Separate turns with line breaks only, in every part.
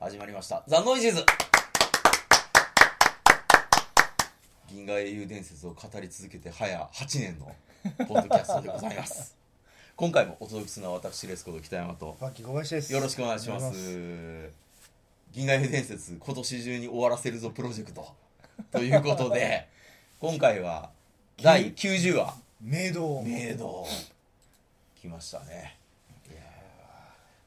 始まりました「ザ・ノイジーズ」銀河英雄伝説を語り続けて早8年のポッドキャストでございます今回もお届けするのは私レスコと北山と
バッキー小林です。
よろしくお願いしま
お願いし
す銀河英雄伝説今年中に終わらせるぞプロジェクトということで今回は第90話
メイド。
明道来ましたねいやー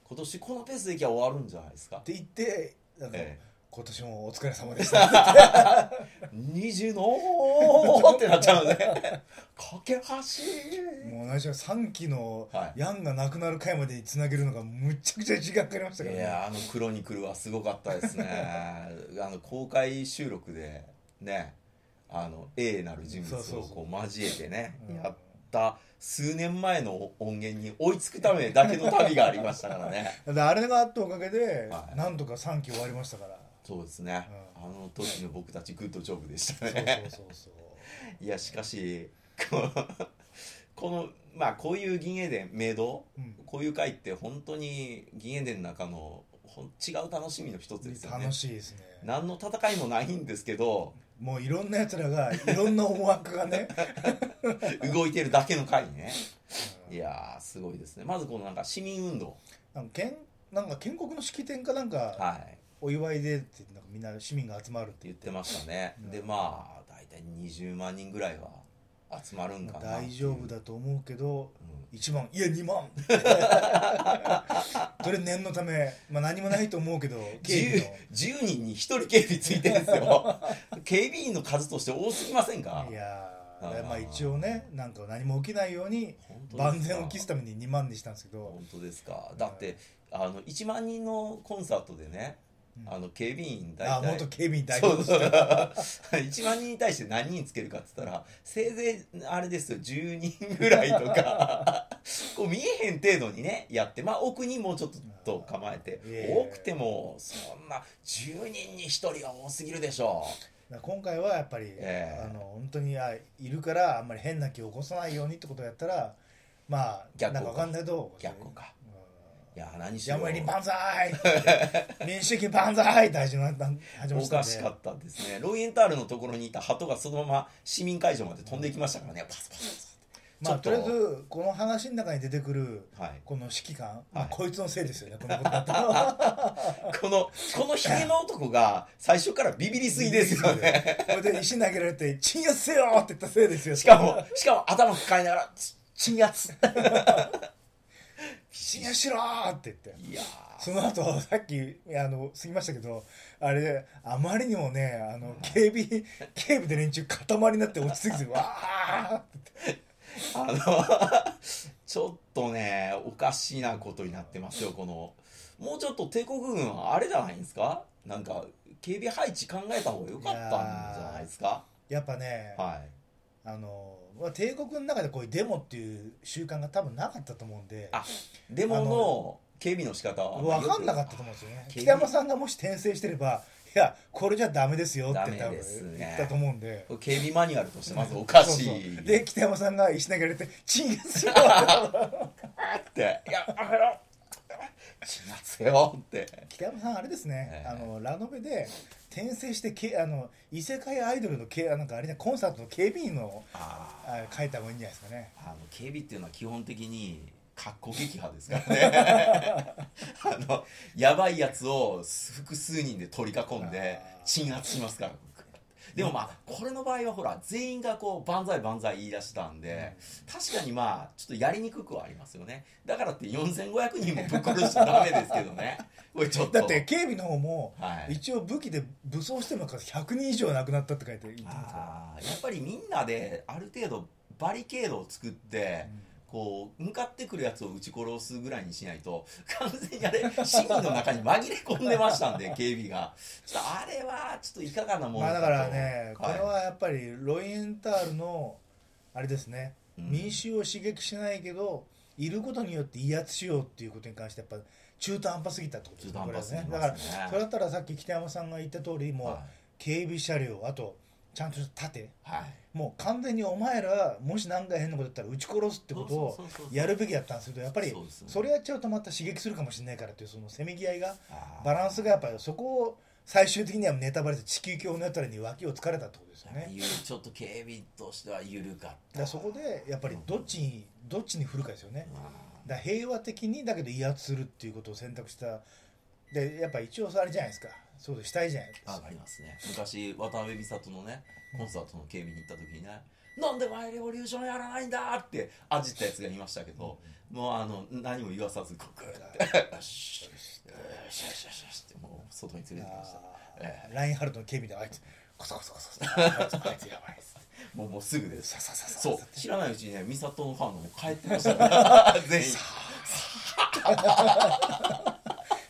今年このペースでいきゃ終わるんじゃないですか
って言って、あの、
ええ
今年もお疲れ様でした。
二十のーってなっちゃうね 架け橋
もう何しろ三期の
はい
ヤンがなくなる回まで繋げるのがむちゃくちゃ時間かかりましたから
い
ね。
やーあのクロニクルはすごかったですね あの公開収録でねあの栄なる人物
そう
を
そうそ
こう交えてね
うん
やった数年前の音源に追いつくためだけの旅がありましたからね
だからあれがあったおかげで、
はい
なんとか三期終わりまし たから。
そうですね、
う
あの時の僕たちグッドジョブでした
そう
ね
そうそうそう。
いやしかしこのこのまあこういう銀英伝明道、
うん
こういう会って本当に銀英伝の中のほん違う楽しみの一つですよね
楽しいですね。
何の戦いもないんですけ ど
もういろんな奴らがいろんな思惑がね。
動いてるだけの会ね
うん
いやーすごいですねまずこのなんか市民運動
なんかけんなんか建国の式典かなんか
はいって
お祝いでってなんかみんな市民が集まるって
言
言
っ
ってて。
ましたね、
うん
でまあ大体20万人ぐらいは集まるんかな
まあ大丈夫だと思うけど
うん
1万いや2万 それ念のため、まあ、何もないと思うけど警
10, 10人に1人警備ついてるんです よ警備員の数として多すぎませんか
備のいやー
あー
まあ一応ねなんか何も起きないように
本当ですか
万全を期すために2万にしたんですけど、
本当ですかだって、あの1万人のコンサートでね、
うん
あの警備員大体
あ元警備員代
そう
表
そ
し
う
て
1万人に対して何人つけるかっつったらせいぜいあれですよ10人ぐらいとか こう見えへん程度にねやってまあ奥にもうちょっと構えて
いやいや
多くてもそんな10人に1人は多すぎるでしょ
今回はやっぱり、
ええ
あの本当にあいるからあんまり変な気を起こさないようにってことをやったらまあ
逆
な
効
ん
果
かわかんないけど
逆効果
うん
ういや何しろ
山入り万歳 民主主義万歳って始まった始まり
お
ましたんで
かしかったですねロイエンタールのところにいた鳩がそのまま市民会場まで飛んでいきましたからねパスパスパス
まあ
ち
と
ょ
り
っ
あ
と
えずこの話の中に出てくる
はい、
この指揮官、ま
は
あ、
い
こいつのせいですよ ね、このことだったのは
このこのひげの男が最初からビビりすぎですよ ね
これで石投げられて「鎮圧せよ!」って言ったせいですよ
しかもしかも頭抱えながらつ
鎮圧鎮圧しろーって言って
いや
その後さっきあの過ぎましたけどあれあまりにもねあの警備警備で連中塊になって落ち着い てわーって
ーあのちょっとねおかしなことになってますよこのもうちょっと帝国軍はあれじゃないんですかなんか警備配置考えた方が良かったんじゃないですか
やっぱね、
はい
あのまあ帝国の中でこういうデモっていう習慣が多分なかったと思うんで
あデモ
あ
の
の
警備の仕方は
分かんなかったと思うんですよね
あ
北山さんがもし転生してればいやこれじゃダメですよって多分
ダメですね
言ったと思うんで
これ警備マニュアルとしてまずおかしい
そうそうで北山さんが石投げられて「チンす よ!」
って「いややめろ死なせよ」って
北山さんあれですね、
ええ
あのラノベで転生してけあの異世界アイドルのけなんかあれねコンサートの警備員の
あ
あ書いた方がいいんじゃないですかね
の警備っていうのは基本的に格好撃破です からねあのやばいやつを複数人で取り囲んで
あー
鎮圧しますからでもまあこれの場合はほら全員がこう万歳万歳言い出したんで確かにまあちょっとやりにくくはありますよねだからって4500人もぶっ殺しちゃダメですけどねこれちょっと
だって警備の方も、
はい
一応武器で武装してるのから100人以上亡くなったって書いて言ってますか
あーやっぱりみんなである程度バリケードを作って
ら、うん
こう向かってくるやつを撃ち殺すぐらいにしないと 完全にあれ市民の中に紛れ込んでましたん で警備がちょっとあれはちょっといかがなもの
ま
か
あだ
と、
からね、
はい
これはやっぱりロイエンタールのあれですね、
うん
民衆を刺激しないけどいることによって威圧しようっていうことに関してやっぱ中途半端すぎたってことです
中途半端すぎますね
これはねだからそれだったらさっき北山さんが言った通りもう
は
警備車両あとちゃんとした盾
はい
もう完全にお前らもし何か変なことやったら撃ち殺すってことを
そうそうそうそう
やるべきだったんですけどやっぱり
そうですよね
それやっちゃうとまた刺激するかもしれないからっていうそのせめぎ合いが
あー
バランスがやっぱりそこを最終的にはネタバレで地球教のやたらに脇を突かれたってことですよね
ゆるちょっと警備としては緩かっ
だからそこでやっぱりどっちにどっちに振るかですよね
たな
だから平和的にだけど威圧するっていうことを選択したでやっぱ一応あれじゃないですかそうですしたいじゃないです
あ
か
ありますね昔渡辺美里のねコンサートの警備に行った時にね「なんでワイレボリューションやらないんだ!」ってあじったやつがいましたけど、もうあの何も言わさずこうグーって「よしよしよしよしよし」ってもう外に連れてきましたえ
ラインハルトの警備であいつコソコソコソコソあいつあいつやばいっす
もうもうすぐです
ささささ
そう
さ
知らないうちにね美里のファンがもう帰ってましたね全員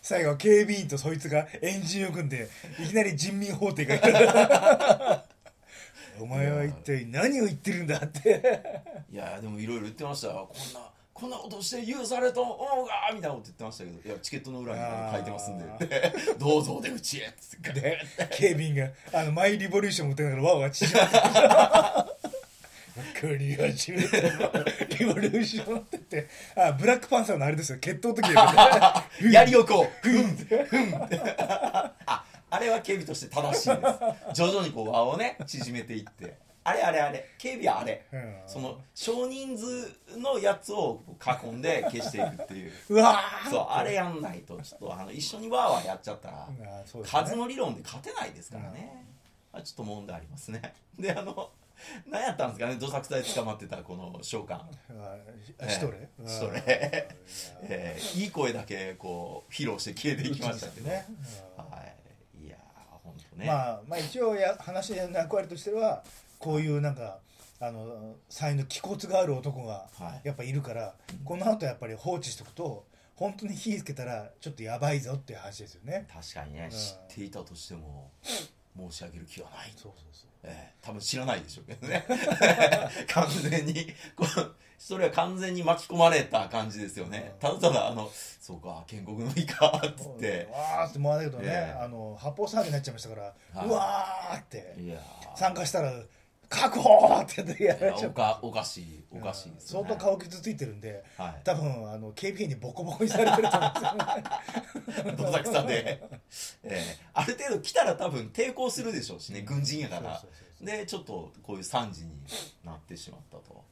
最後は警備員とそいつがエンジンを組んでいきなり人民法廷が お前は一体何を言ってるんだ って
いやでもいろいろ言ってましたよこんなこんなことして許されると思うがみたいなこと言ってましたけど「いやチケットの裏に書いてますんで」って「どうぞお出口へ」っつって
で警備員があのマイリボリューションを歌いながらわわ縮まって クリア中リボリューションって言ってあブラックパンサーのあれですよ決闘の時だけど
槍をこう、ふん、ふん。あ、あれは警備として正しいです。徐々にこう輪をね、縮めていって。あれあれあれ、警備はあれ
うん。
その少人数のやつを囲んで消していくっていう。
うわー
そう、あれやんないと、ちょっとあの一緒にわーわーやっちゃったら、
あそうですね
数の理論で勝てないですからね。あちょっと問題ありますね。で、あの、何やったんですかね、どさくさに捕まってたこの召喚。
あシトレ
シトレえーいい声だけこう披露して消えていきましたけど、
ねうん
はい、いやー本当ね、
まあまあ一応や話の役割としてはこういうなんかあの才能気骨がある男が
はい
やっぱいるから、この後やっぱり放置しておくと本当に火つけたらちょっとやばいぞっていう話ですよね
確かにね、
うん
知っていたとしても申し上げる気はない、
そうそうそう
えー多分知らないでしょうけど ね完全にこうそれは完全に巻き込まれた感じですよね、ただただあの「そうか建国の日か」っつって
わーって回だけどね、
ええ
あの八方騒ぎになっちゃいましたから、
はいう
わーって
いや
参加したら確保ってやられち
ー
ゃ
お
う
かおかしいおかしいですよ
相
ね
当顔傷ついてるんで
はい
多分あの KPK にボコボコにされてると思うんですよね
どさくさで、えーある程度来たら多分抵抗するでしょうしね軍人やから
そうそうそう
でちょっとこういう惨事になってしまったと、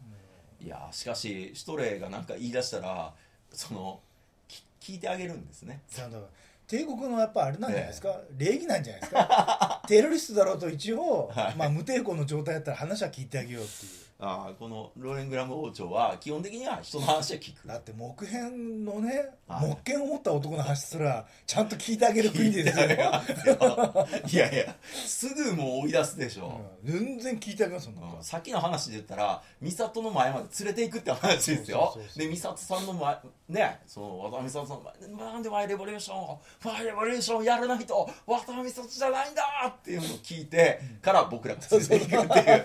いやーしかしシュトレーが何か言い出したらそのき聞いてあげるんですね
あの帝国のやっぱあれなんじゃないですか、礼儀なんじゃないで すかテロリストだろうと一応、
はい
まあ、無抵抗の状態だったら話は聞いてあげようってい
あーこのローレングラム王朝は基本的には人の話は聞く
うだって木片のね
はい
木剣を持った男の話すらちゃんと聞いてあげる国
聞い
で
て
すよ
あげますよ いやいやすぐもう追い出すでしょ
うん全然聞いてあげますもん
う、
なんか
うんさっきの話で言ったら美里の前まで連れていくって話ですよ
そうそうそうそう
で美里さんの前ねその渡辺美里さんの前なんでワイレボリューションをワイレボリューションをやらないと渡辺美里じゃないんだっていうのを聞いてから僕らが連れていくっていうで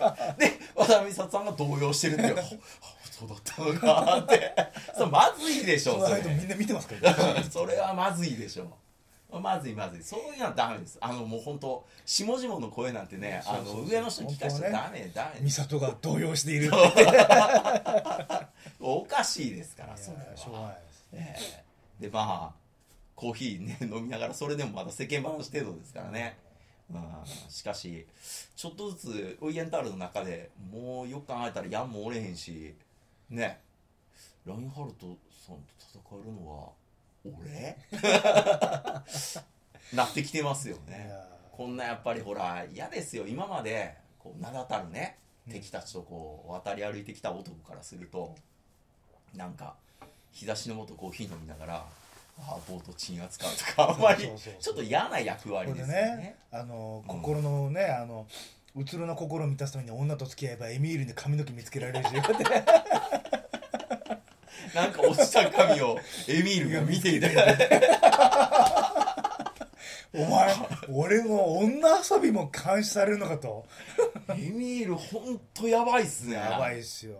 渡辺美里さんが動揺してるって いうあそうだったのかってそれまずいでし
そ
ょ
の
そ
間
れ
みんな見てますから
それはまずいでしょまずいまずいそういうのはダメですあのもう本当下々の声なんてねあ
そうそう
の
そう
上の人に聞かしちゃ
本当
ダメ、ダメ
美里が動揺しているって
おかしいですから
い
それ
やしょうが
は、
ないですね
ええでまあコーヒーね 飲みながらそれでもまだ世間話程度ですからね、まあ、しかしちょっとずつオリエンタールの中でもうよく考えたらヤンもおれへんしねラインハルトさんと戦えるのは俺 なってきてますよ
い
ね
や
こんなやっぱりほら嫌ですよ今までこう名だたるね敵たちとこう渡り歩いてきた男からするとなんか日差しのもとコーヒー飲みながらあーボート鎮圧かとかあんまり
そうそうそう
ちょっと嫌な役
こ
割
れ
です
で
よ
ね
ね。
あの
うん
心のね、あのうつろな心を満たすために女と付き合えばエミールに髪の毛見つけられるし
なんか落ちた髪をエミールが見ていたら
お前俺の女遊びも監視されるのかと
エミールほんとやばいっすね
やばいっすよ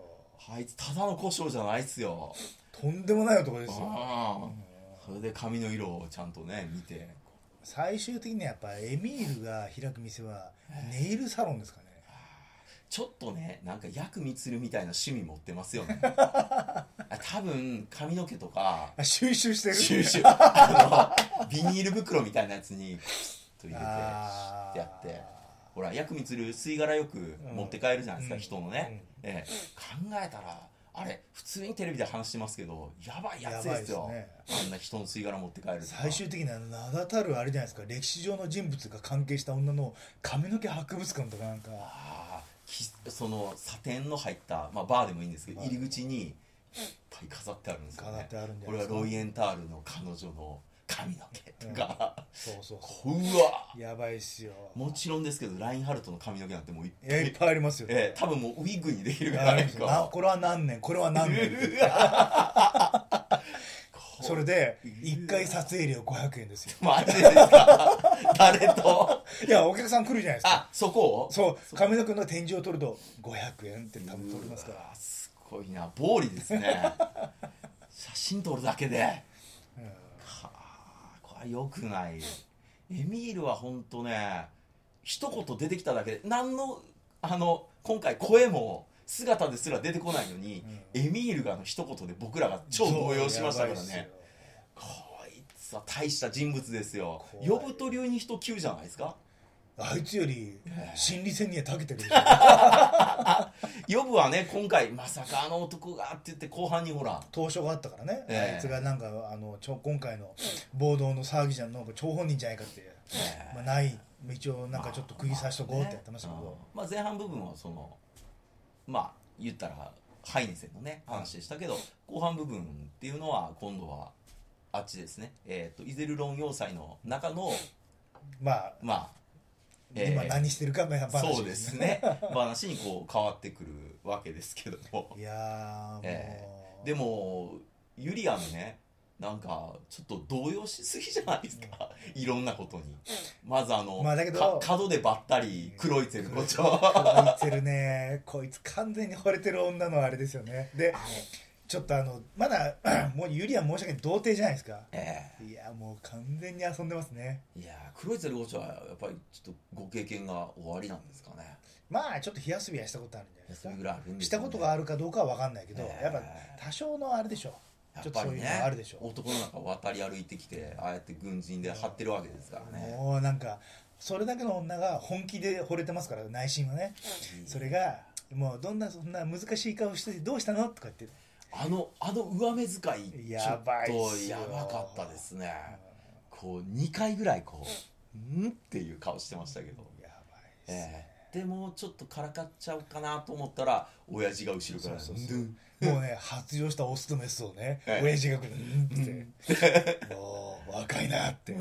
あいつただの故障じゃないっすよ
とんでもない男ですよ
あーそれで髪の色をちゃんとね見て
最終的にはやっぱエミールが開く店はネイルサロンですかね
ちょっとねなんか薬味つるみたいな趣味持ってますよ ねあ多分髪の毛とか
あ収集してる
収 集あのビニール袋みたいなやつにと入れて
あー
やってほら薬味つる吸い殻よく持って帰るじゃないですか、
うん
人のね、ええ、考えたらあれ普通にテレビで話してますけどやばいやつですよ
やばいで
あんな人の吸い殻持って帰るとか
最終的には名だたるあれじゃないですか歴史上の人物が関係した女の髪の毛博物館とかなんか
あーきそのサテンの入った、まあ、バーでもいいんですけど、
はい
入り口にいっぱい飾ってあるんですよ
飾っ
ね
てあるんじ
こ
ゃない
れは
ですか
ロイエンタールの彼女の髪の毛とか、
そうそうそ
こううわ
うやばいっすよ
もちろんですけどラインハルトの髪の毛なんてもういっ
い
ぱ
や
い
いっぱいありますよ、
ええ多分もうウィッグにできるぐ
や
ら
ばい
い
ですよな
か
これは何年これは何年って
うわこ
それで1回撮影料500円ですよ
マジですか 誰と
いやお客さん来るじゃないですか
あそこを
そう髪の毛の展示を取ると500円って多分取りますから
うわすごいな暴利です ね写真撮るだけでは
うん
あこれはよくないエミールは本当ね一言出てきただけで何のあの今回声も姿ですら出てこないのに、エミールがあの一言で僕らが超動揺しましたから
そうやばいっ
ねこいつは大した人物ですよ
怖い
呼ぶと流に人急じゃないですか
すよあいつより心理戦には長けてる でしょ
呼ぶはね今回まさかあの男がって言って後半にほら
当初があったからね、
ええ
あいつがなんかあのちょ今回の暴動の騒ぎじゃんの張本人じゃないかって、まあ、ない一応なんかちょっと釘刺しとこうってやってましたけど、
まあ前半部分はそのまあ言ったらハイネセンのね話でしたけど、後半部分っていうのは今度はあっちですねえっ、とイゼルロン要塞の中の
まあ、
まあ、えー
今何してるかまあ話
そうですね 話にこう変わってくるわけですけども
いやーもう、
えでもユリアンねなんかちょっと動揺しすぎじゃないですか、いろんなことにまずあの、
まあだけ
か
ど
角でばったり黒いツェル胡 蝶
こいつるねこいつ完全に惚れてる女のあれですよねでちょっとあのまだ もうユリアン申し訳ない童貞じゃないですか
え
いやもう完全に遊んでますね
えいやー黒いツェル胡蝶はやっぱりちょっとご経験が終わりなんですかね
まあちょっと火遊びはしたことあるんじゃないです
休
か
みぐらいあるんです
したことがあ
る
るかどうかは分かんないけど、
ええ
やっぱ多少のあれでしょ
や
ちょ
っ
っと
ぱ
そ
り
ういう
ね
のあるでしょ
男の中を渡り歩いてきてああやって軍人で張ってるわけですからね
もうなんかそれだけの女が本気で惚れてますから内心はね、それがもうどんなそんな難しい顔してどうしたのとか言って
あのあの上目遣いちょ
や
っ
ばいっ
と
すよ
やばかったですねこう2回ぐらいこう「ん?」っていう顔してましたけど、
やばいっす
ええでもうちょっとからかっちゃおうかなと思ったら親父が後ろから「
そうそうそ
ドゥン
もうね、発情したオスとメスをね、
はい
親父が来るんって、 もう若いなって。い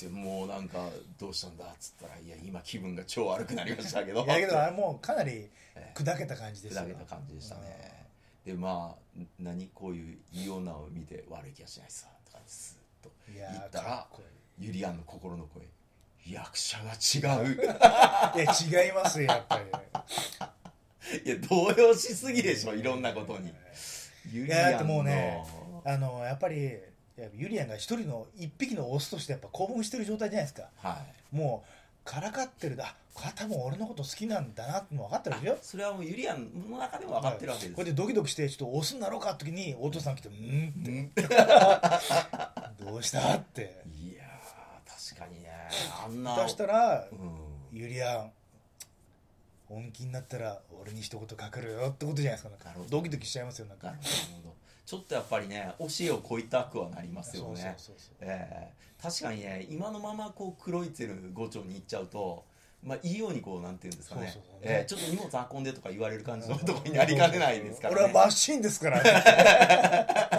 でもうなんかどうしたんだっつったら「いや今気分が超悪くなりましたけど」
やけど、あ
砕
れもうかなり
え
砕けた感じですよ。
けた感じでしたねでまあん何こういういい女を見て悪い気がしないさとかずっと
い
言
や
っ
ー、
たら
かっこい
ユリアンの心の声役者が違う
い。いや、違いますよ、やっ ぱり。
いや動揺しすぎでしょいろんなことにユ
い
リ
や、だっ
ア
て
ン
もうね
の、
あの、やっぱり、やユリアンが一人の、一匹のオスとしてやっぱ興奮してる状態じゃないですか。
はい
もう、からかってる。あ、これは多分俺のこと好きなんだなってもう分かってるわけよ。
それはもうユリアンの中でも分かってるわけです、
これでドキドキしてちょっとオスになろうかって時にお父さん来て「うん?」っ
う
て
ん
「どうした?」って
いやー確かにねあんな
出したら
うん
「ユリアン本気になったら俺に一言かかるよ」ってことじゃないですかなんか
なるほど
ドキドキしちゃいますよなんか
なるほどちょっとやっぱりね教えを超えたくはなりますよね
そうそう
ええ確かにね今のままこう黒いツェル五丁に行っちゃうとまあいいようにこうなんていうんですかね
そうそうそう
ええちょっと荷物運んでとか言われる感じのとこになりかねないですから、ね、
俺はマシンです からね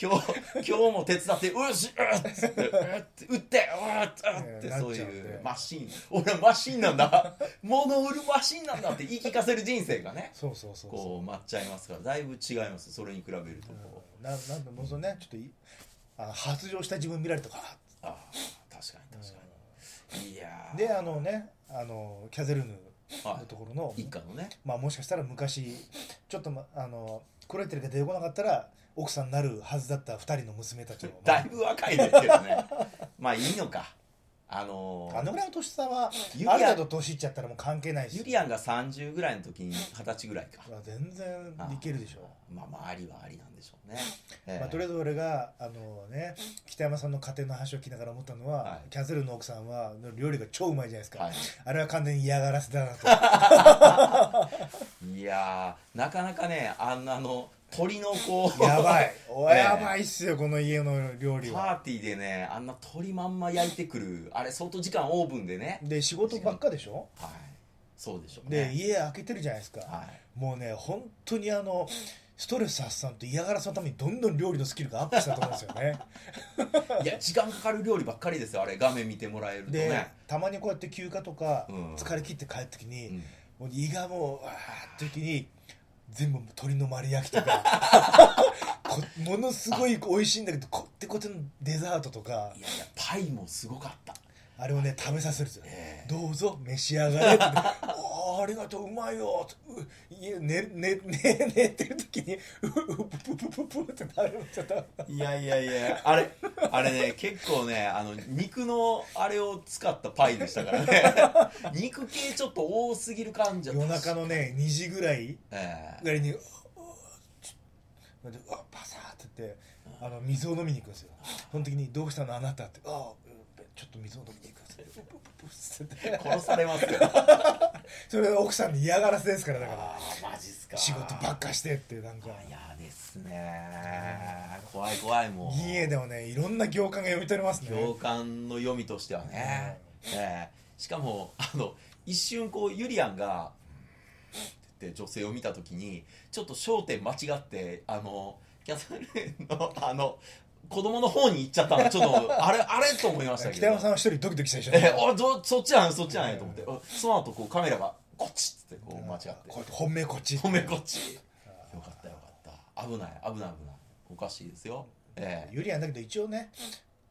今日今日も手伝って「うしうっ!」つって「うっ!」て「うって!」うっ
え
て
え
そう
なっちゃうん
い
で
うマシン俺はマシンなんだ 物を売るマシンなんだって言い聞かせる人生がね
そうそうそうそ
こう待っちゃいますからだいぶ違いますそれに比べると
う
こ
うんななんでもうそのねちょっといあの発情した自分見られたか
うああ確かに確かにいやー
であのねあのキャゼルヌ
は
のところの
い一家のね
まあもしかしたら昔ちょっとまあの黒いテレが出てこなかったら奥さん になるはずだった二人の娘たちを、
だいぶ若いですけどねまあいいのかあのー
あのぐらいの年差は
ユリア
あ
ン
る程度年いっちゃったらもう関係ないし
ユリアンが30ぐらいの時に二十歳ぐらいか
は全然いけるでしょ
まあまあありはありなんでしょうね、ええ
まあ、とりあえず俺があの、ね、北山さんの家庭の話を聞きながら思ったのは、
はい
キャゼルの奥さんは料理が超うまいじゃないですか、
はい
あれは完全に嫌がらせだな と
いやーなかなかねあんなあの鳥のこう
やばいお
ええ
やばいっすよこの家の料 理
パ
は
ーティーでねあんな鳥まんま焼いてくるあれ相当時間オーブンでね
で仕事ばっかでしょ
はいそうでしょう
で
ね
家開けてるじゃないですか、
はい
もうね本当にあのストレス発散と嫌がらせのためにどんどん料理のスキルがアップしたと思うんですよね
いや時間かかる料理ばっかりですよあれ画面見てもらえると
で、
ね、
たまにこうやって休暇とか
うん
疲れ切って帰った時
う
に、
ん、
もう胃がもうわーって時に全部鶏の丸焼きとか こものすごい美味しいんだけどこってこってのデザートとか
いやいやパイもすごかった
あれをね食べさせるんですよ、
え
どうぞ召し上がれっておーありがとううまいよういや寝寝寝寝てる時にううぷぷぷぷぷって食べちゃった
いやいやいやあれあれね結構ねあの肉のあれを使ったパイでしたからね 肉系ちょっと多すぎる感じ
夜中のね2時ぐらい
ええ
ぐらいにううちょでうわパサーって言ってあの水を飲みに行くんですよその時に「どうしたのあなた」って「ああうんちょっと水を飲みに行くんですよ」プププププって言っ て
殺されますよ
それが奥さんの嫌がらせですからだか
あーマジっすから
仕事ばっかしてってなんか
いやですね怖い怖いもう
銀英でもねいろんな行間が読み取れますね
行間の読みとしてはね、ええしかもあの一瞬こうユリアンがって言って女性を見た時にちょっと焦点間違ってあのキャサリンのあの子供の方に行っちゃったのちょっとあれあれと思いましたけど
北山さんは一人ドキドキしたでしょ
ええおどそっちなんそっちなんやと思って、その後こうカメラがこっちってこう間違って
こう本命こっち
ごめんこっちよかったよかった危ない危ない危ないおかしいですよええ
ユリアンだけど一応ね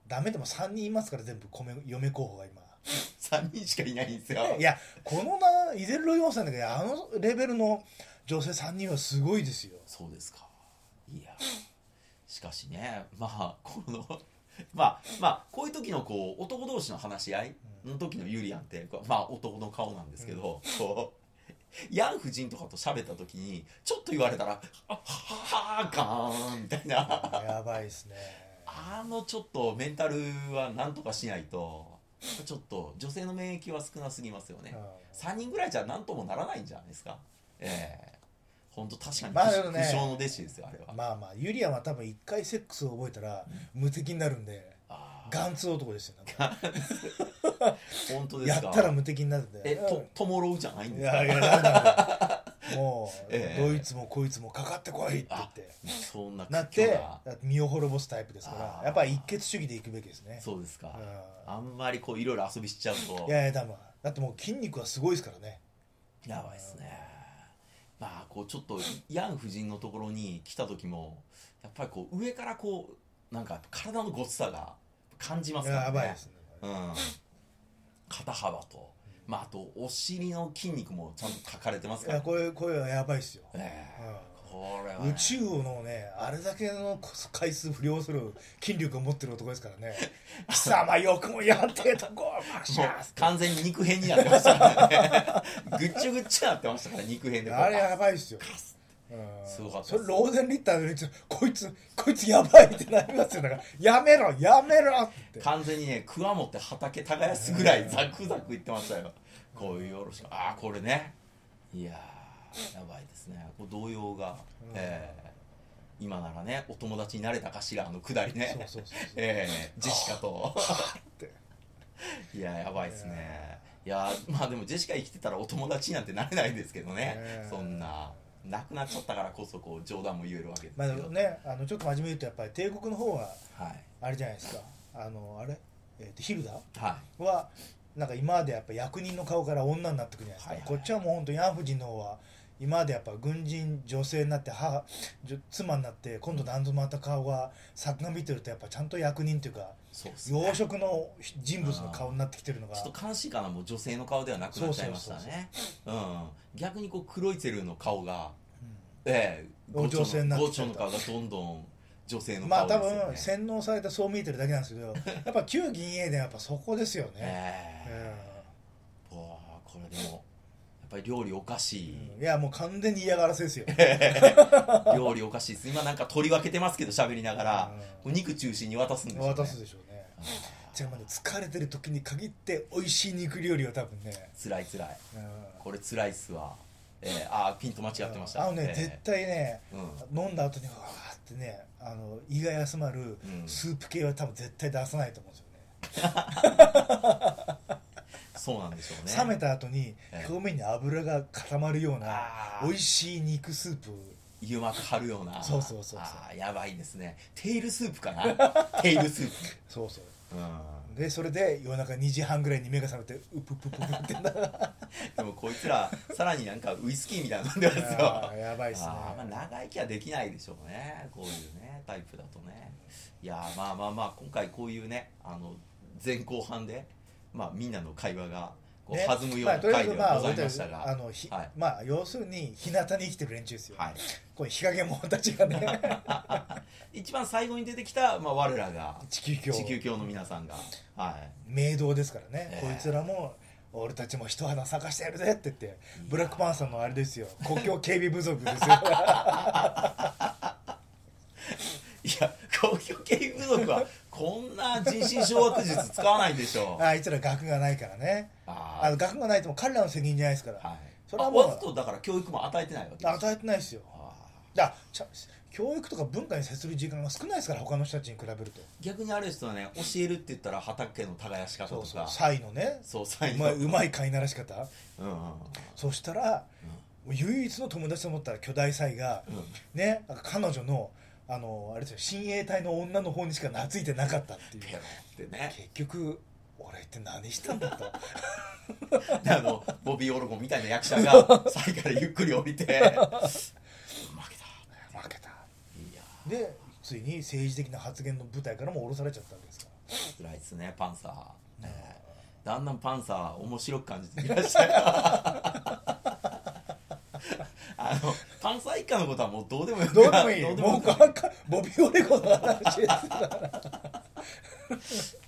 ダメでも3人いますから全部米嫁候補が今
3人しかいないんですよ
いやこのなイゼルロイオンさんだけどあのレベルの女性3人はすごいですよ
そうですかいやしかしねまあこの まあまあこういう時のこう男同士の話し合いの時のユリアンってこうまあ男の顔なんですけど、こうヤン夫人とかと喋った時にちょっと言われたら「あはははガーン」みたいな
やばいですね
あのちょっとメンタルはなんとかしないとちょっと女性の免疫は少なすぎますよね、3人ぐらいじゃなんともならないんじゃないですかええほんと確かに不,、
まあでもね
不詳の弟子ですよあれは、
まあまあユリアンは多分一回セックスを覚えたら無敵になるんで
あ
ガンツ男ですよなんか
ー本当で
や
す
っ
か
たら無敵になるんで
えとトモロウじゃないん
い
ですか
やいやなんだろうもう、
ええ
どいつもこいつもかかってこいって言って
そんな
なっ
屈強
て
な
身を滅ぼすタイプですか
あ
ら
ー
やっぱり一血主義でいくべきですね
そうですか
うん
あんまりこういろいろ遊びしちゃうと
いやいや多分だってもう筋肉はすごいですからね
やばいですねまあこうちょっとヤン夫人のところに来た時もやっぱりこう上からこうなんか体のごつさが感じますからね
やばいですね
うん、肩幅と、まあ、あとお尻の筋肉もちゃんと書かれてます
い
か
や
ら、
これこれはやばいですよ、
ええ
う
これは、
ん、
ね
宇、宙のねあれだけの回数不良する筋力を持ってる男ですか らね貴様よくもやってたこうマシ
もう
ャー
完全に肉片になってましたからね ぐっちゅぐっちゅなってましたから肉片でこう
あれやばいですよ、うん
すごかった
それローゼンリッターの連中こいつこいつやばいってなりますよだからやめろやめろって
完全にねクワ持って畑耕すぐらいザクザクいってましたよこういうよろしくああこれねいやーやばいですねこう動揺が、
うん
ええ今ならねお友達になれたかしらあのくだりね
そうそうそうそう
ええジェシカと
って
いややばいですねいやまあでもジェシカ生きてたらお友達なんてなれないですけどね
ね
そんななくなっちゃったからこそこう冗談も言えるわけです
まあ
け
で
ど、
もねあのちょっと真面目に言うとやっぱり帝国の方は
はい
あれじゃないですかあのあれ、えーとヒルダ
は
はなんか今までやっぱ役人の顔から女になってくるじゃないですか、
はいはい
こっちはもう本当ヤン夫人の方は今までやっぱ軍人女性になって母じょ妻になって今度なんとまた顔が作画見てるとやっぱちゃんと役人というか
いそうです
養
ね
殖の人物の顔になってきてるのが
ちょっと監視官はもう女性の顔ではなくなっちゃいましたねうん逆にこうクロイツェルの顔がええ
お女性になってき
ゴー
た
チョの顔がどんどん女性の
まあ
顔です
多
よね、
分洗脳されてそう見えてるだけなんですけ どやっぱ旧銀英伝はやっぱそこですよね、
ええわあこれでもやっぱり料理おかし
う
い、
んいやもう完全に嫌がらせですよ
料理おかしいです今なんか取り分けてますけど喋りながら、
う
お肉中心に渡すんですよ、ね、
渡すでしょうね
あ
じゃあまあね疲れてる時に限って美味しい肉料理は多分ね、
ー辛い辛い
うん
これ辛いっすわえー、あーピント間違ってました
あのね、
えー
絶対ね
うん
飲んだ後にわーってねあの胃が休まる
うん
スープ系は多分絶対出さないと思うんですよね、
そうなんでしょうね
冷めた後に
ええ
表面に油が固まるよう
あ
な
ー
美味しい肉スープ
湯膜張るような
そうそうそうそう
あーやばいですねテールスープか なテールスー
そうそう
プうん
でそれで夜中2時半ぐらいに目が覚めてうぷぷぷぷってな
でもこいつらさらになんかウイスキーみたいなの飲んでますよ
あーやばいっすね
あーまあ、長生きはできないでしょうねこういうねタイプだとねいやーまあまあまあ今回こういうねあの前後半で、まあ、みんなの会話がこ
ね
う弾むような
とりあ
回
えず
ではござ
俺
いま
た
し
ち
たが、
あのひ
はい
まあ要するに日向に生きてる連中ですよ、
はい
こういう日陰者たちがね
一番最後に出てきた、まあ、我らが
地球教
地球教の皆さんが、はい、
名道ですからね、
ええ
こいつらも俺たちも一花咲かしてやるぜって言ってブラックパンサーのあれですよ国境警備部族です
い
よ
や公共系部族はこんな人心掌握術使わないでしょう
あいつら学がないからね
あ
あの学がないとも彼らの責任じゃないですから、
ーはい
それは
あ
もう
わざとだから教育も与えてないわけです
与えてないですよ
あ
だちゃ教育とか文化に接する時間が少ないですから他の人たちに比べると
ー逆にある人はね教えるって言ったら畑の耕し方と
そう
か
そうサイのね
そう才
う
能
まいうまい飼いならし方
うんうんうん
そしたら、唯一の友達と思ったら巨大サイが、
うん
ねなんか彼女のあのあれですよ親衛隊の女の方にしか懐いてなかったっていう
ペロってね
結局俺って何したんだと
であのボビー・オルゴンみたいな役者 が最からゆっくり降りて負けたい
負けた
や
でついに政治的な発言の舞台からも降ろされちゃったわけですから
ー辛いですねパンサー、えーだんだんパンサー面白く感じてきましたよ あのパンサー一家のことはもうどうでもよく
どうでもいい
どうでも
も
よ
う
くない
かかボビー・オレゴンの話ですか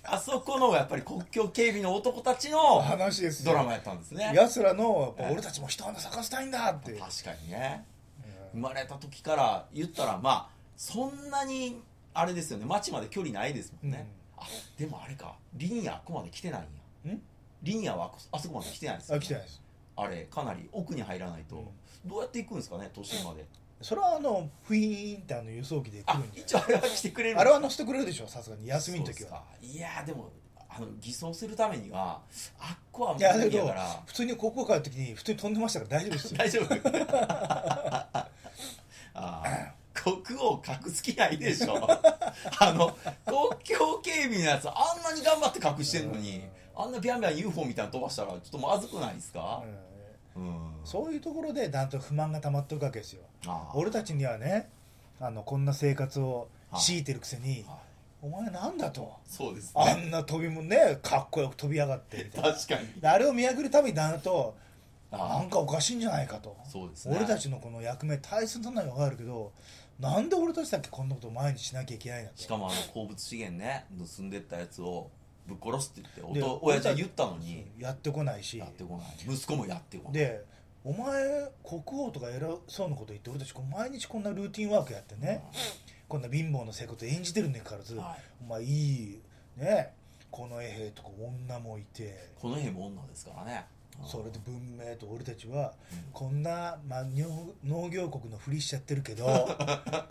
ら
あそこのやっぱり国境警備の男たちの
話ですよ
ドラマやったんですね
やつらのやっぱ俺たちも一花咲かせたいんだって、
確かにね
う
生
ん
まれた時から言ったらまあそんなにあれですよね町まで距離ないですもんね、あでもあれかリニアあここまで来てないんや
ん
リニアはあこあそこまで来てないですよ
あ
ね
来てないです
あれかなり奥に入らないと、
う
どうやって行くんですかね都心まで
それはあのフィーンってあの輸送機で来
あ
るんじ
一応あれは来てくれる
ゃないあれは乗せてくれるでしょさすがに休みの
そうっ
時
す
は
かいやーでもあの偽装するためにはあっこはもう
いやだ
無
け
理やか
ど
ら
普通に高校帰る時に普通に飛んでましたから大丈夫ですよ
大丈夫あー国王隠す気ないでしょあの公共警備のやつあんなに頑張って隠してんのにあんなビャンビャン UFO みたいなの飛ばしたらちょっとまずくないですか
う、ん
うん、
そういうところでだんと不満が溜まっていくわけですよ
あー
俺たちにはねあのこんな生活を
はい
強いてるくせに
はい
「お前なんだ」と
そうです
あ
ね
んな飛びもねかっこよく飛び上がってみたいな
確かに
であれを見破るためにだんだんとな
あ
んかおかしいんじゃないかと
ーそうですね
俺たちのこの役目大切なのは分かるけどなんで俺たちだけこんなことを毎日しなきゃいけないんだ
し
と
かもあの鉱物資源ね盗んでったやつをぶっ殺すって言って
で
おと親父は言ったのに
やってこないし
やってこない息子もやってこない
でお前国王とか偉そうなこと言って俺たちこう毎日こんなルーティンワークやってねこんな貧乏な生活演じてるにもかかわらず、
はい
お前いいねこの衛兵とか女もいて
この辺も女ですからね
それで文明と俺たちは
うん
こんな、まあ、農農業国のふりしちゃってる けど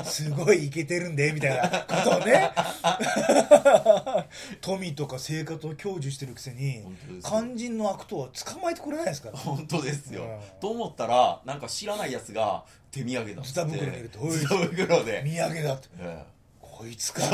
すごいイケてるんでみたいなことをね 富とか生活を享受してるくせに
本当ですよ
肝心の悪党は捕まえてこれないですから
本当ですよ、
うん
と思ったらなんか知らないやつが手土産だっつって
ズタ袋に入れておい
ズタ袋で、
土産だって
ええ
こいつか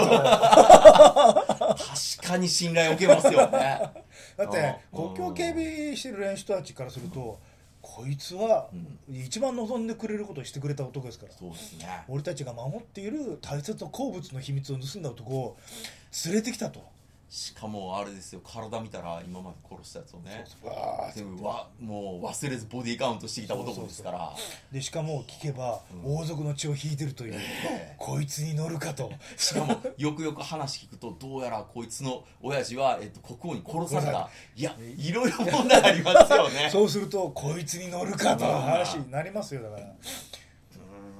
と
確かに信頼を受けますよね、
だって
うん
国境警備してる連人たちからするとこいつは
うん、
一番望んでくれることをしてくれた男ですから
そうですね
俺たちが守っている大切な鉱物の秘密を盗んだ男を連れてきたと
しかもあれですよ体見たら今まで殺したやつをね
そうそうわーって
全部わもう忘れずボディーカウントしてきた男ですから
でしかも聞けば王族の血を引いてるという、
ええ
こいつに乗るか と
しかもよくよく話聞くとどうやらこいつの親父は、えっと、国王に殺されたいやいろいろ問題ありますよね
そうするとこいつに乗るかと話になりますよだから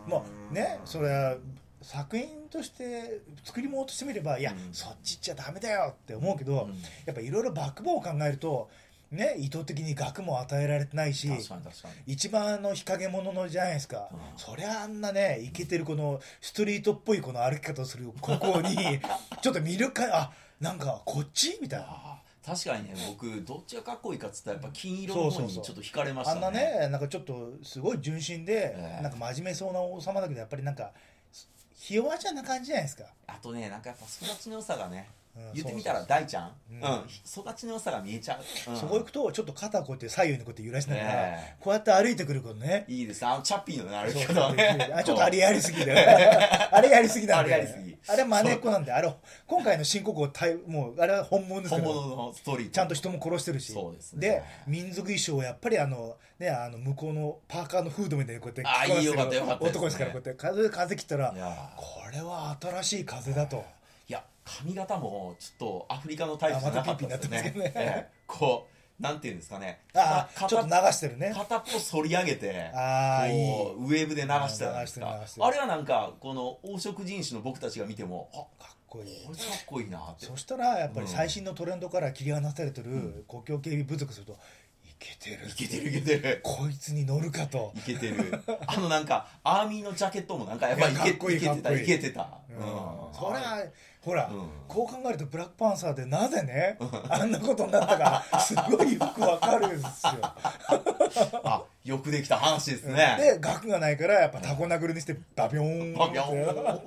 まあねそれは作品として作り物としてみればいや、
うん
そっち行っちゃダメだよって思うけど、
うん
やっぱいろいろバックボーンを考えるとね意図的に額も与えられてないし
確かに確かに
一番あの日陰者のじゃないですか、
うん
そりゃあんなねイケてるこのストリートっぽいこの歩き方をするここ にちょっと魅力かあなんかこっちみたいな
あー確かに ね僕どっちがかっこいいかっつったらやっぱ金色の方にちょっと惹かれまし
あ
た
ん
ね
なねなんかちょっとすごい純真で、
ええ
なんか真面目そうな王様だけどやっぱりなんかひ弱ちゃな感じじゃないですか、
あとねなんかやっぱ育ちの良さがね
うん
言ってみたら大ちゃん、
う
うんん育ちの良さが見えちゃう、うん
そこ行くとちょっと肩をこうやって左右にこうやって揺らしながら、
え
こうやって歩いてくることね
いいですあのチャッピーのねあれ
そう
け
そう
ど ね
あちょっとあれやりす ぎだよあれやりすぎなんだよ
あれやりすぎ
あれ真似っこなんであれ今回の新国王対もうあれは本物ですか
本
ら
物のストーリー
ちゃんと人も殺してるし
そうですね
民族衣装はやっぱりあのねあの向こうのパーカーのフードみたいにこうや
あ
っ
あ
て着こなして
い
る
いよかったよかったですね
男ですからこうやって風風切ったら
いや
これは新しい風だと
いや髪型もちょっとアフリカのタイプじゃなかったですよ
あまた
ね
ピンピンになってますけど ね
ええこうなんていうんですかね
ああ
片
ちょっと流してるね
片っぽ反り上げて
あー
こうウェーブで流してたんです
あー流してる
か
流してる
あれはなんかこの黄色人種の僕たちが見てもあ
かっこいい
これかっこいいなって
そしたらやっぱり最新のトレンドから切り離されてる国境警備部族するといけてる
いけてるいけてる
こいつに乗るかと
いけて るあのなんかアーミーのジャケットもなんかやっぱり
い
い
や
け
かっこいい
いけて
かったこいい
いけてた
う
うんん
それはほら、
うん
こう考えるとブラックパンサーでなぜねあんなことになったか すごいよくわかるんですよ。
あよくできた話ですね
で額がないからやっぱタコ殴りにしてバビョーン
バビョ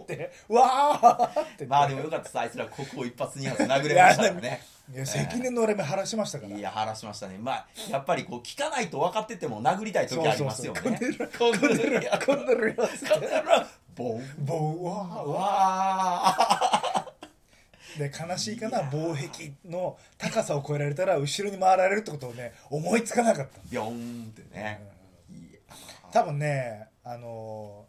って
ーン
ってわーって
まあでもよかったですあいつらここ一発二発殴れましたから ね
いや責任の俺も晴らしましたから
いや話しましたねまあやっぱりこう聞かないと分かってても殴りたい時ありますよね
そうそう
こん
こんなのやこんなのやつって
ボン
棒うわーわ
わ
ーで悲しいかな防壁の高さを越えられたら後ろに回られるってことをね思いつかなかった
ービョーンってねいや
多分ねあの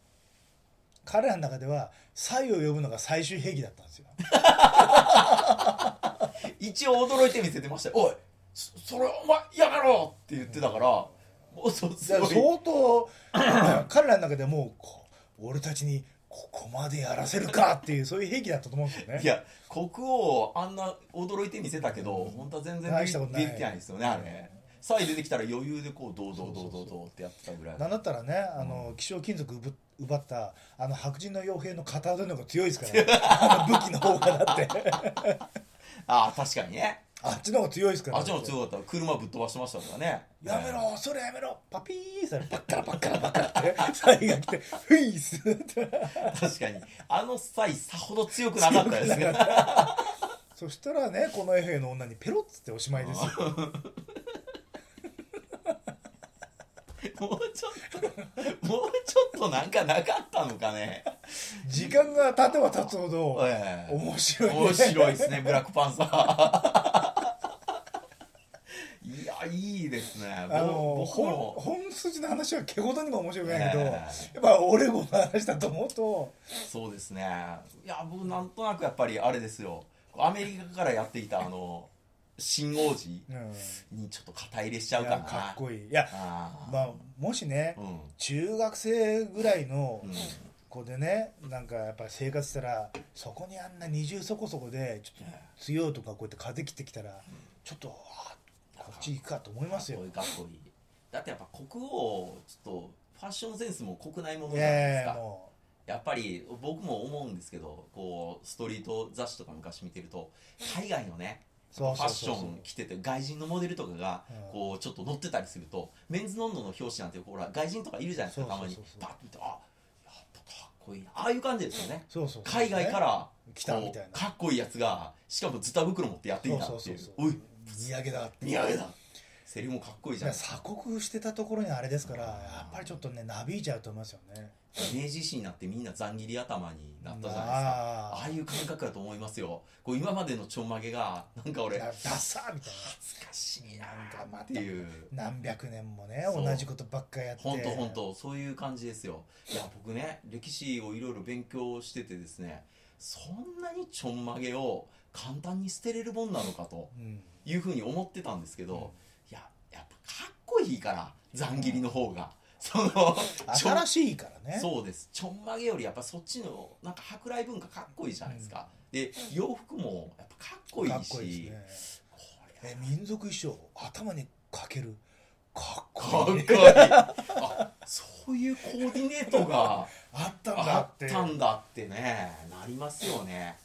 ー彼らの中では才を呼ぶのが最終兵器だったんですよ
一応驚いて見せてましたよおいそそれお前やめろって言ってたからもうそうす
だから
ごい
相当彼らの中でもうこう俺たちにここまでやらせるかっていうそういう兵器だったと思うんですよね
いや国王あんな驚いて見せたけど、本当は全然
大したことない
ビビってないですよねあれさあ出てきたら余裕でこう堂々堂々堂ってやってたぐらい
なんだったらねあの、希少金属奪奪ったあの白人の傭兵の片腕の方が強いで すから、あの武器の方がだって
ああ確かにね
あっちの方が強いですから
あっちも強かった車ぶっ飛ばしてましたからね
やめろそれやめろパピーそれパッカラパッカラパッカラって 才が来てフイースって
確かにあの際さほど強くなかったですね
そしたらねこのエヘの女にペロッつっておしまいですよ
もうちょっともうちょっとなんかなかったのかね
時間が経てば経つほど
ええ
面白い、ね、
面白いですねブラックパンサーいやいいですね
あの
僕僕
本
も
本筋の話は毛ほどにも面白くないけ
え
ど、
え
やっぱオレゴンの話だと思うと
そうですねいや僕なんとなくやっぱりあれですよアメリカからやってきたあの新王子
うん
にちょっと肩入れしちゃう
い
かな
やかっこいいいや
あ
まあもしね
ー、うん
中学生ぐらいの
うん
子でねなんかやっぱ生活したらそこにあんな二重そこそこでちょっと強いとかこうやって風切ってきたらちょっとあこっち行くかと思いますよ
かっこいいかっこいいだってやっぱ国王ちょっとファッションセンスも国内もの
い
じゃないで
や
す
い
か
やも
やっぱり僕も思うんですけどこうストリート雑誌とか昔見てると海外のね
う
フ
そ
ァ
うそう
ッシ
そう
ョン着てて外人のモデルとかが
うん
こうちょっと乗ってたりするとメンズノンノの表紙なんてほら外人とかいるじゃないですか
そう
た
そ
ま
う
に
そうそう
バッと見てあやっぱかっこいいなああいう感じですよね
そうそうそう
海外から
来たみたいな
こうかっこいいやつがしかもズタ袋持ってやってきた
そう
って
そ
いうう
そう
おい
土産だって
土産だセリフもかっこいいじゃ
鎖
ないですか
国してたところにあれですからやっぱりちょっとねなびいちゃうと思いますよね
明治維新になってみんなざん切り頭になったじゃないですか
あ
ああいう感覚だと思いますよこう今までのちょんまげがなんか
あ
俺
ダサーみたい
懐かしいな
なんかまた
っていう
な何百年もね
そう
同じことばっかやって
本当本当そういう感じですよいや僕ね歴史をいろいろ勉強しててですねそんなにちょんまげを簡単に捨てれるもんなのかと
うん
いうふうに思ってたんですけど、
うん
いややっぱかっこいいからざん切りの方が、そのちょん
新しいからね
そうですちょんまげよりやっぱそっちのなんか舶来文化かっこいいじゃないですか、で洋服もやっぱかっこいいし
かっこいいです
これ
ねえ民族衣装頭にかけるかっ
かっ
こ
こい
い
い
い
あそういうコーディネートが
あったん だ
あ
っ
ってたんだってねなりますよね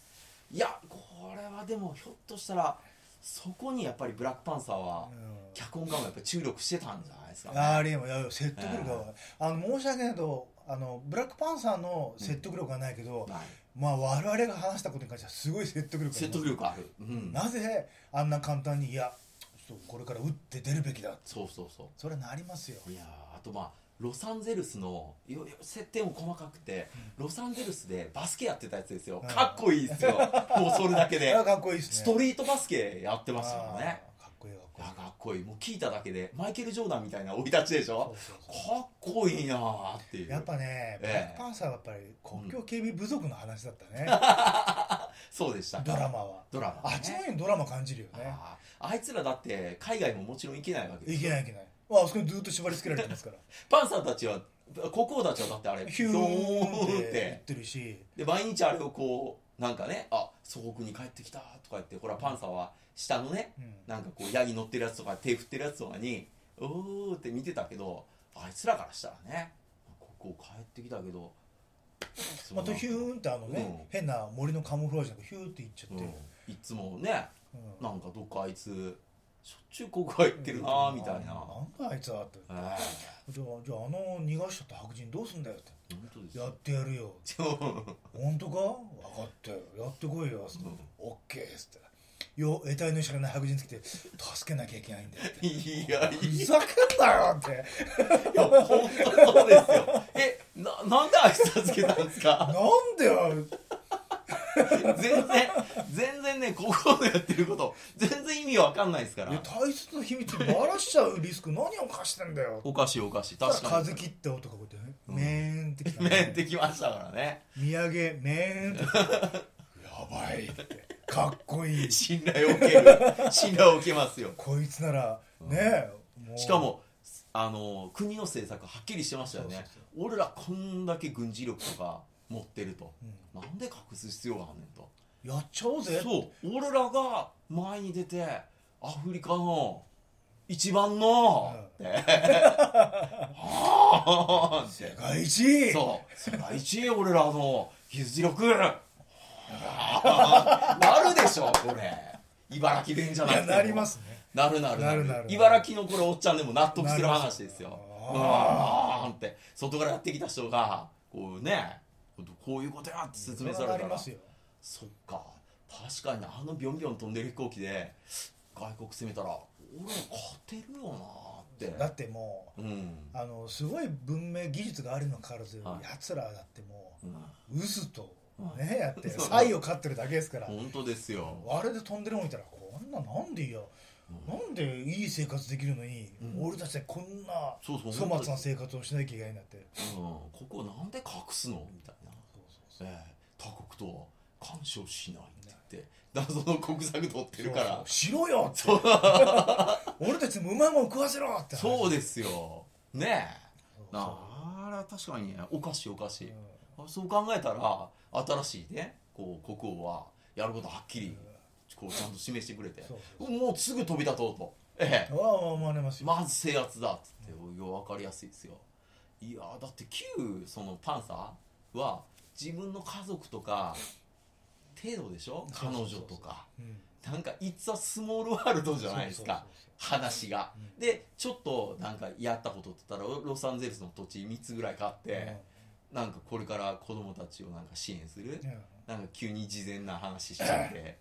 いやこれはでもひょっとしたらそこにやっぱりブラックパンサーは
うん
脚本家もやっぱり注力してたんじゃないですかね
あれもいやいや説得力があの申し訳ないけどあのブラックパンサーの説得力はないけど、
はい
まあ我々が話したことに関してはすごい説得力があります
説得力あるうん
なぜあんな簡単にいやちょっとこれから打って出るべきだ
そうそうそう
それはなりますよ
いやーあとまあロサンゼルスのよよ設定も細かくてロサンゼルスでバスケやってたやつですよ
うん
かっこいい ですよもうそれだけ
そ
で
れはかっこいいですね
ストリートバスケやってますよね
あーかっこいいか
いや
っこいい
かっこいいもう聞いただけでマイケル・ジョーダンみたいな生い立ちでし
そ
ょ
うそう
か
そう
っこいいなーっていう
やっぱね、
ええ
ブラックパンサーはやっぱり国境警備部族の話だったね、
そうでした
ドラマは
ドラマ、
あっちのようにドラマ感じるよね
あーあいつらだって海外ももちろん行けないわけで
い
す
けないいけないああそこにずっと縛り付けられてますから
パンサーたちは国王たちはだってあれ
ヒュ
ド
ーンって
ーン
言
っ
っててるし
で毎日あれをこうなんかねあ祖国に帰ってきたとか言ってほらパンサーは下のね
うん
なんかこうヤギ乗ってるやつとか手振ってるやつとかに「おー」って見てたけどあいつらからしたらねここ帰ってきたけど
またヒューンってあのね、
うん
変な森のカモフラージュなんかヒューっていっちゃって、
うんいつもね
うん
なんかどっかあいつしょっちゅうここ行ってるなーみたい
な
なん
だあいつはってじゃあ
え
じゃああの逃がしちゃった白人どうすんだよって
え本当です
や
よ
ってやるよ本当か分かったよやってこいよつって
うん
オッケーっつってよ得体の知らない白人つけて助けなきゃいけない んだよっ て
いやい
ふ
い
ざけんなよって
や本当そうですよえななんであいつらつけたんですか
なんでよ
全然全然ね高校のやってること全然意味わかんないですから
いや大切な秘密ばらしちゃうリスク何を犯してんだよ
おかしいおかしい確か
風
に
切って男こうやってね
うん
めーんってきたね
面ってきましたからね
土産めーんってきたやばいってかっこいい
信頼を受ける 信頼を受けますよ
こいつならね、もう
しかもあの国の政策はっきりしてましたよ
そう
ね
そう
俺らこんだけ軍事力とか持ってると
うん
なんで隠す必要があんねんと
やっちゃおうぜ
そう俺らが前に出てアフリカの一番の、って はぁって
世界一
そう世界一俺らの技術 力なるでしょこれ茨城弁じゃなく
い
て
や
も
なりますね
なるなるなる
なるなる
茨城のこれおっちゃんでも納得する話ですよ
なりますよ
あーんって外からやってきた人がこうねこういうことやって説明され
な
た
り
ら
ますよ
そっか確かにあのビョンビョン飛んでる飛行機で外国攻めたら俺も勝てるよなーって
だっても
うん、
うあのすごい文明技術があるにもかかわらず、
はい
やつらだっても
うん、
う渦と
はい
ね、やっ て
そう
才を飼ってるだけですから、
本当ですよ、
あれで飛んでるの見たらこんななんでいや、
うん
なんでいい生活できるのに、
うん
俺たちでこんな
そうそう
粗末な生活をしなきゃいけないんだって
うん、ここなんで隠すのみたいな、
そうそうそう
ええ他国とは干渉しないって言って謎の国策取ってるから
しろよって俺たちもうまいもん食わせろって話
そうですよね
そう
えなああれは確かにねおかしいおかし
そう
い、
うん
あそう考えたら新しいねこう国王はやることはっきりこうちゃんと示してくれて
そうそ
もうすぐ飛び立とうと、ええ、
うわあ思われますよ、
まず制圧だっつってよ分かりやすいですよいやーだって旧そのパンサーは自分の家族とか程度でしょ
そう
彼
そ
女
うそう
とか
うん
なんか「いつはスモールワールド」じゃないですか話が
うん
でちょっとなんかやったことって言ったらロロサンゼルスの土地3つぐらい買って、なんかこれから子供たちをなんか支援する、
うんうん
なんか急に事前な話しちゃって、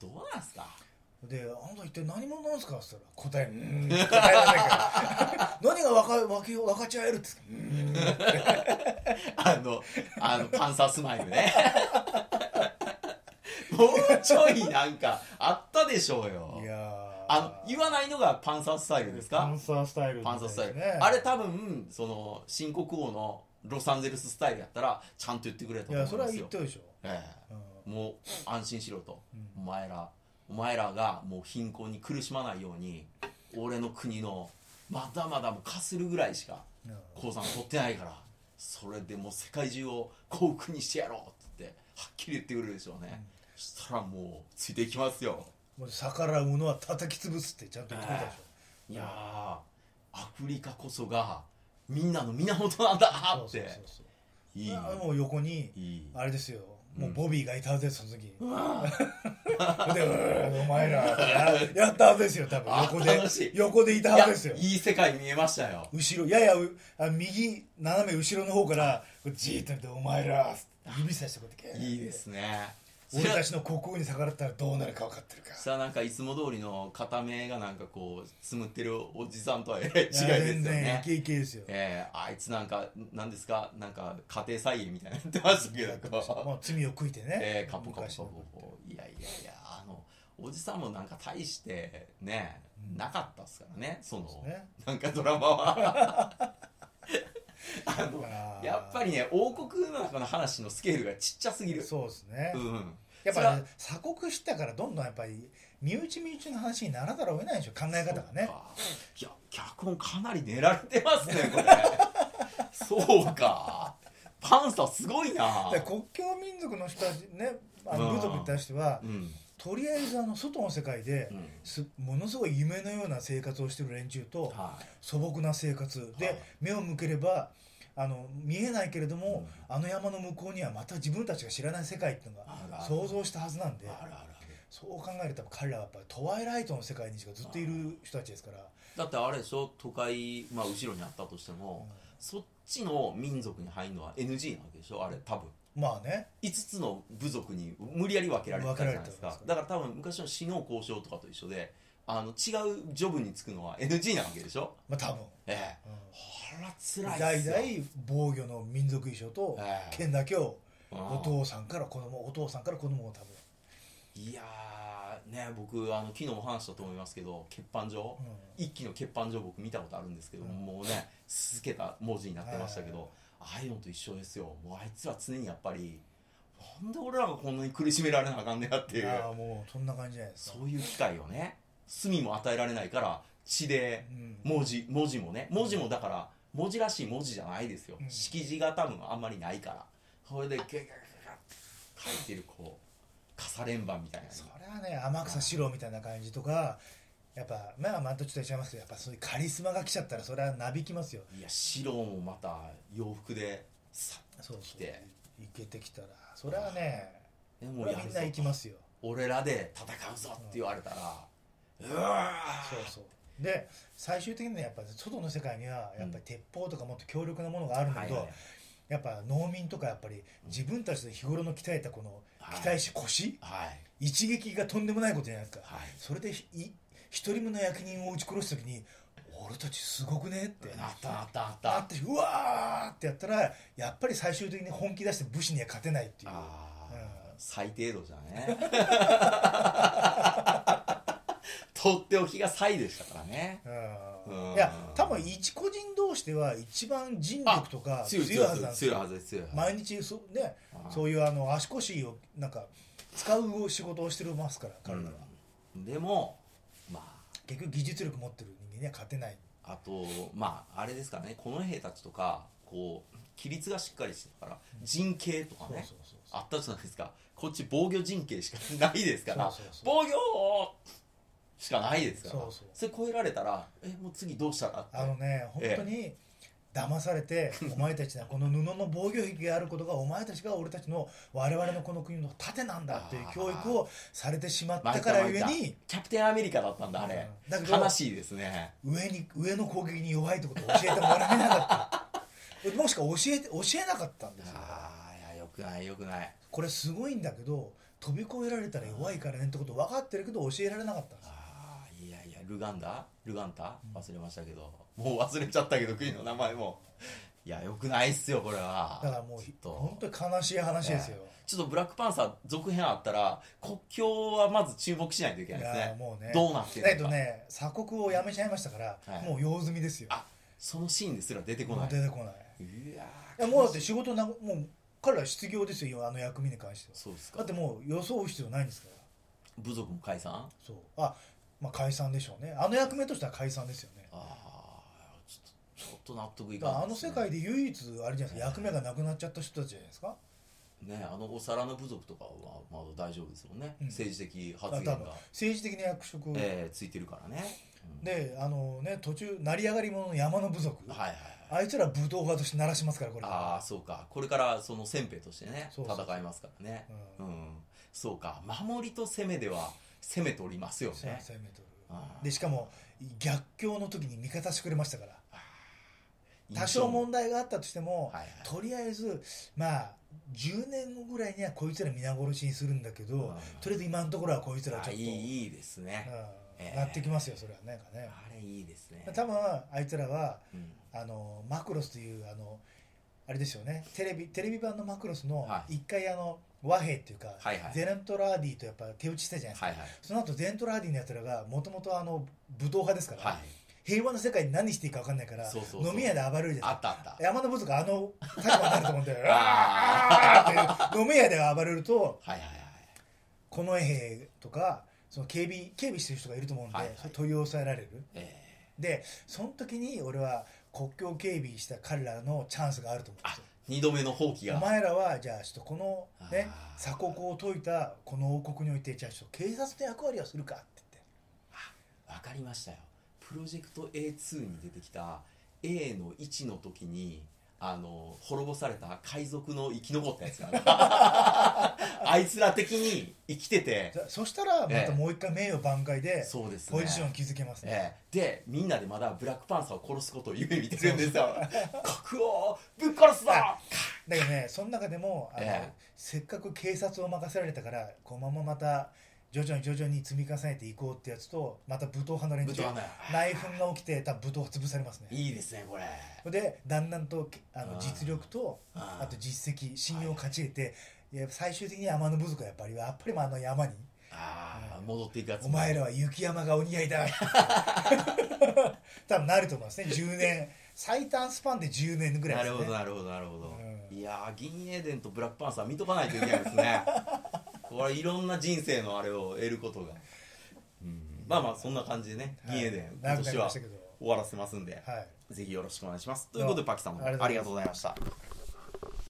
どうなんすか
で「あなた一体何者なんですか?」っつったら「答えうーん答えられないから 何が分か分け分かち合える」っつって「うーん
あの、あの、パンサースマイルね。 もうちょいなんか、あったでしょうよ。
いやー
あの、言わないのがパンサースタイルです
パ
か
ンサースタイルみた
パ
い
ンサー
です
ス
ね、
タイル。あれ多分、その、新国王のロサンゼルススタイルやったら、ちゃんと言ってくれたと
い
思
や
い
それ
ま
は
す
言
よ
っ。たでしょ、
え
うん
えもう、安心しろと。
うん
お前ら、お前らがもう貧困に苦しまないように、俺の国の、まだまだもうかするぐらいしか、
うん
鉱山取ってないからそれでもう世界中を幸福にしてやろうって言ってはっきり言ってくれるでしょうね、そしたらもうついていきますよ
もう逆らう者は叩き潰すってちゃんと言ってくれたでしょ、
いやーアフリカこそがみんなの源なんだって
そうそうそう
いい
まあもう横に
いい
あれですよ
うん
もうボビーがいたはずですその時、
うわー
でうーんお前らややったはずですよ多分
あ
横
楽しい
で横でいたはずですよ
いやいい世界見えましたよ
後ろややうあ右斜め後ろの方からこうじーっと見て「お前ら」指さしてこうやって
いいですね
俺た
そ
ちの国王に逆らったらどうなるか分かってるから
したらなんかいつも通りの片目がなんかこうつむってるおじさんとはえらい違いです
いや
よ
全然
ね
イケイケですよ
えー、あいつなんか何ですかなんか家庭菜園みたいなのやってましたけど
まあ罪を悔いてね、
えー、カポカポカ
昔
ポ
の
カポいやいやいやあのおじさんもなんか大してね、
うん
なかったっすからねその
そうですね
なんかドラマはあの
あー
やっぱりね王国の中の話のスケールがちっちゃすぎる
そうですね、
うん
やっ
それは
ぱ、ね、鎖国したからどんどんやっぱり身内身内の話にならざるを得ないでしょ考え方がね
いや脚本かなり練られてますねこれそうかパンサーすごいな
だから国境民族の人たちねあ
う
の
ん
部族に対しては
うん
とりあえずあの外の世界で
うん
すものすごい夢のような生活をしてる連中と
はい
素朴な生活で、
はい
目を向ければあの見えないけれども、あの山の向こうにはまた自分たちが知らない世界っていうの
あるあ
が
る
想像したはずなんで
あるあるある
そう考えると彼らはやっぱりトワイライトの世界にしかずっといる人たちですから
だってあれでしょ都会、まあ、後ろにあったとしても、そっちの民族に入るのは NG なわけでしょあれ多分
まあね
5つの部族に無理やり分けられてたじゃないですか
分け
だ
ら
から多分昔の死の交渉とかと一緒であの違うジョブに就くのは NG なわけでしょ
まあ多分、
ええ
う
あらつ
ん、
らいっ
代
すよ
々防御の民族衣装と
ええ
剣だけを
うん
お父さんから子供お父さんから子供を多分
いやーね僕あの昨日も話したと思いますけど欠板状、
う
一期の欠板状僕見たことあるんですけど、
うん
もうね続けた文字になってましたけど、ああいうのと一緒ですよもうあいつら常にやっぱりなんで俺らがこんなに苦しめられなあかんねやっていう
ああもうそんな感じじゃないですか
そういう機会をね罪も与えられないから血で
うん
文字文字もね文字もだから文字らしい文字じゃないですよ、
うん
識字が多分あんまりないからそれでゲゲゲゲゲって書いてるこう傘連番みたいなの
それはね天草四郎みたいな感じとかやっぱまあまあとちょっと違いますけどやっぱそういうカリスマが来ちゃったらそれはなびきますよ
いや白もまた洋服でさ
そう
来
そう
て
いけてきたらそれはね
で
こ
もう
れ
や
は
る
みん
ぞ
な行きますよ
俺らで戦うぞって言われたらうわ
そうそうで最終的にはやっぱ外の世界にはやっぱり鉄砲とかもっと強力なものがあるんだ
は
け
い
ど、
はい
やっぱ農民とかやっぱり自分たちの日頃の鍛えたこの
はい
鍛えし腰、
はい
一撃がとんでもないことじゃないですか、
はい
それでひい一人目の役人を撃ち殺した時に俺たちすごくねって
なったなったなった
あってうわーってやったらやっぱり最終的に本気出して武士には勝てないっていう
あー、
うん
最低度じゃね とっておきが最でしたからね
うん
うん
いや多分一個人同士では一番人力とか強いはずなんです
強い
よ
はずです強いはず
毎日そ,、ね、
あー
そういうあの足腰をなんか使う仕事をしてますから彼らは、
うんでもま
結局技術力持ってる人間には勝てない
ああとまああれですからねこの兵たちとかこう規律がしっかりしてたから人形とかね
そうそう
あったじゃないですかこっち防御陣形しかないですから
そうそうそう
防御しかないですから
そうそう
れ超えられたらえもう次どうしたらって
あのね本当に騙されて、 お前たちはこの布の防御壁があることがお前たちが俺たちの我々のこの国の盾なんだっていう教育をされてしまったからゆえ
巻い
に
たキャプテンアメリカだったんだあれ、
うんだけど
悲しいですね
上に上の攻撃に弱いってことを教えてもらえなかったもしくは教えて教えなかったんですよ
ああいやよくないよくない
これすごいんだけど飛び越えられたら弱いからねってこと分かってるけど教えられなかったんです
あーいやいやルガンダルガンタ忘れましたけど、もう忘れちゃったけど国の名前もいやよくないっすよこれは
だからもう
ちょっ
本
と
当に悲しい話ですよ、
ちょっとブラックパンサー続編あったら国境はまず注目しないといけないです
いや
ね
ーもうね
どうなってるの
え
か、
っとね鎖国をやめちゃいましたから、
はい
もう用済みですよ
あそのシーンですら出てこ
も
な
う
い
出てこない
いや
いやもうだって仕事なもう彼ら失業ですよ今あの役目に関しては
そうですか
だってもう予想必要ないんですから
部族も解散あ
そうあまあ解散でしょうねあの役目としては解散ですよね
あーちょっとちょっと納得い
だか
かない
らあ
で
の
すね
世界で唯一あれじゃないですか役目がなくなっちゃった人たちじゃないですか
ねあのお皿の部族とかはまだ大丈夫ですもんね、
うん
政治的
あ
発
多
言
分
が、
政治的な役職、
えーついてるからね、うん
であのね途中成り上がり者の山の部族、
はいはいはい
あいつら武道家として鳴らしますからこれ
ああそうかこれからその先兵としてね
そうそうそう
戦いますからねう、
うんん
そうか守りと攻めでは攻めておりますよ
そう
ね
1000メート
あー
ルでしかも逆境の時に味方してくれましたから多
印象
少問題があったとしても、
はいはい
とりあえずまあ10年後ぐらいにはこいつら皆殺しにするんだけど、
うん
とりあえず今のところはこいつらちょっと
あいいいいですね、
うん
ええ
なってきますよそれはねなんかね
あれいいですね
多分あいつらは
うん
あのマクロスというあのあれですよねテレビテレビ版のマクロスの
はい
一回あの和平っていうか、
はいはい
ゼレントラーディとやっぱ手打ちしたじゃないですか、
はいはい
その後ゼレントラーディのやつらがもともとあの武闘派ですから、
はい
平和の世界に何していいか分かんないから
そうそうそう
飲み屋で暴れるじゃない
あ
で
っ
すか
たあった
山の部族はあの立場になる と思うんだよ
あ
あーって飲み屋で暴れると
はいはいはい
近衛兵とかその警備警備してる人がいると思うんで、
はいはい
それ取り押さえられる
え
でその時に俺は国境警備した彼らのチャンスがあると思うんですよ
ー、二度目の放棄
お
が
前らはじゃあちょっとこのね
あー
鎖国を解いたこの王国においてじゃあちょっと警察の役割をするかって
わかりましたよプロジェクト A2 に出てきた A の1の時にあの滅ぼされた海賊の生き残ったやつ がねあいつら的に生きてて
言ってそしたらまたもう一回名誉挽回で
そうですね
ポジション築けますね
ええでみんなでまだブラックパンサーを殺すことを夢見てるんです よ国王ぶっ殺すぞ
あだけどねその中でもあの、
ええ
せっかく警察を任せられたからこのまままた徐々に徐々に積み重ねていこうってやつとまた武闘派の連
ぶ
中
っ飛ばない
内紛が起きて多分武闘派潰されますね
いいですねこれ
でだんだんとあの
あー
実力と
あ
あ
ー
と実績信用を勝ち得て、いや最終的に山の部族はやっぱりやっぱりまああの山に
ああ戻っていくや
「
つ
お前らは雪山がお似合 いだ」多分なると思いますね10年最短スパンで10年ぐら
ない
で
る
す、ね、
ほどなるほどなるほど、
うん
いやー銀エーデンとブラックパンサー見とかないといけないです ねこれはいろんな人生のあれを得ることが、うん、まあまあそんな感じでね、
はい
銀エーデン今
長くな
年
りま
は
したけ
終
ど
わらせますんで、
はい
ぜひよろしくお願いしますということでパキさんも
ありがとうございます
ありがとうございました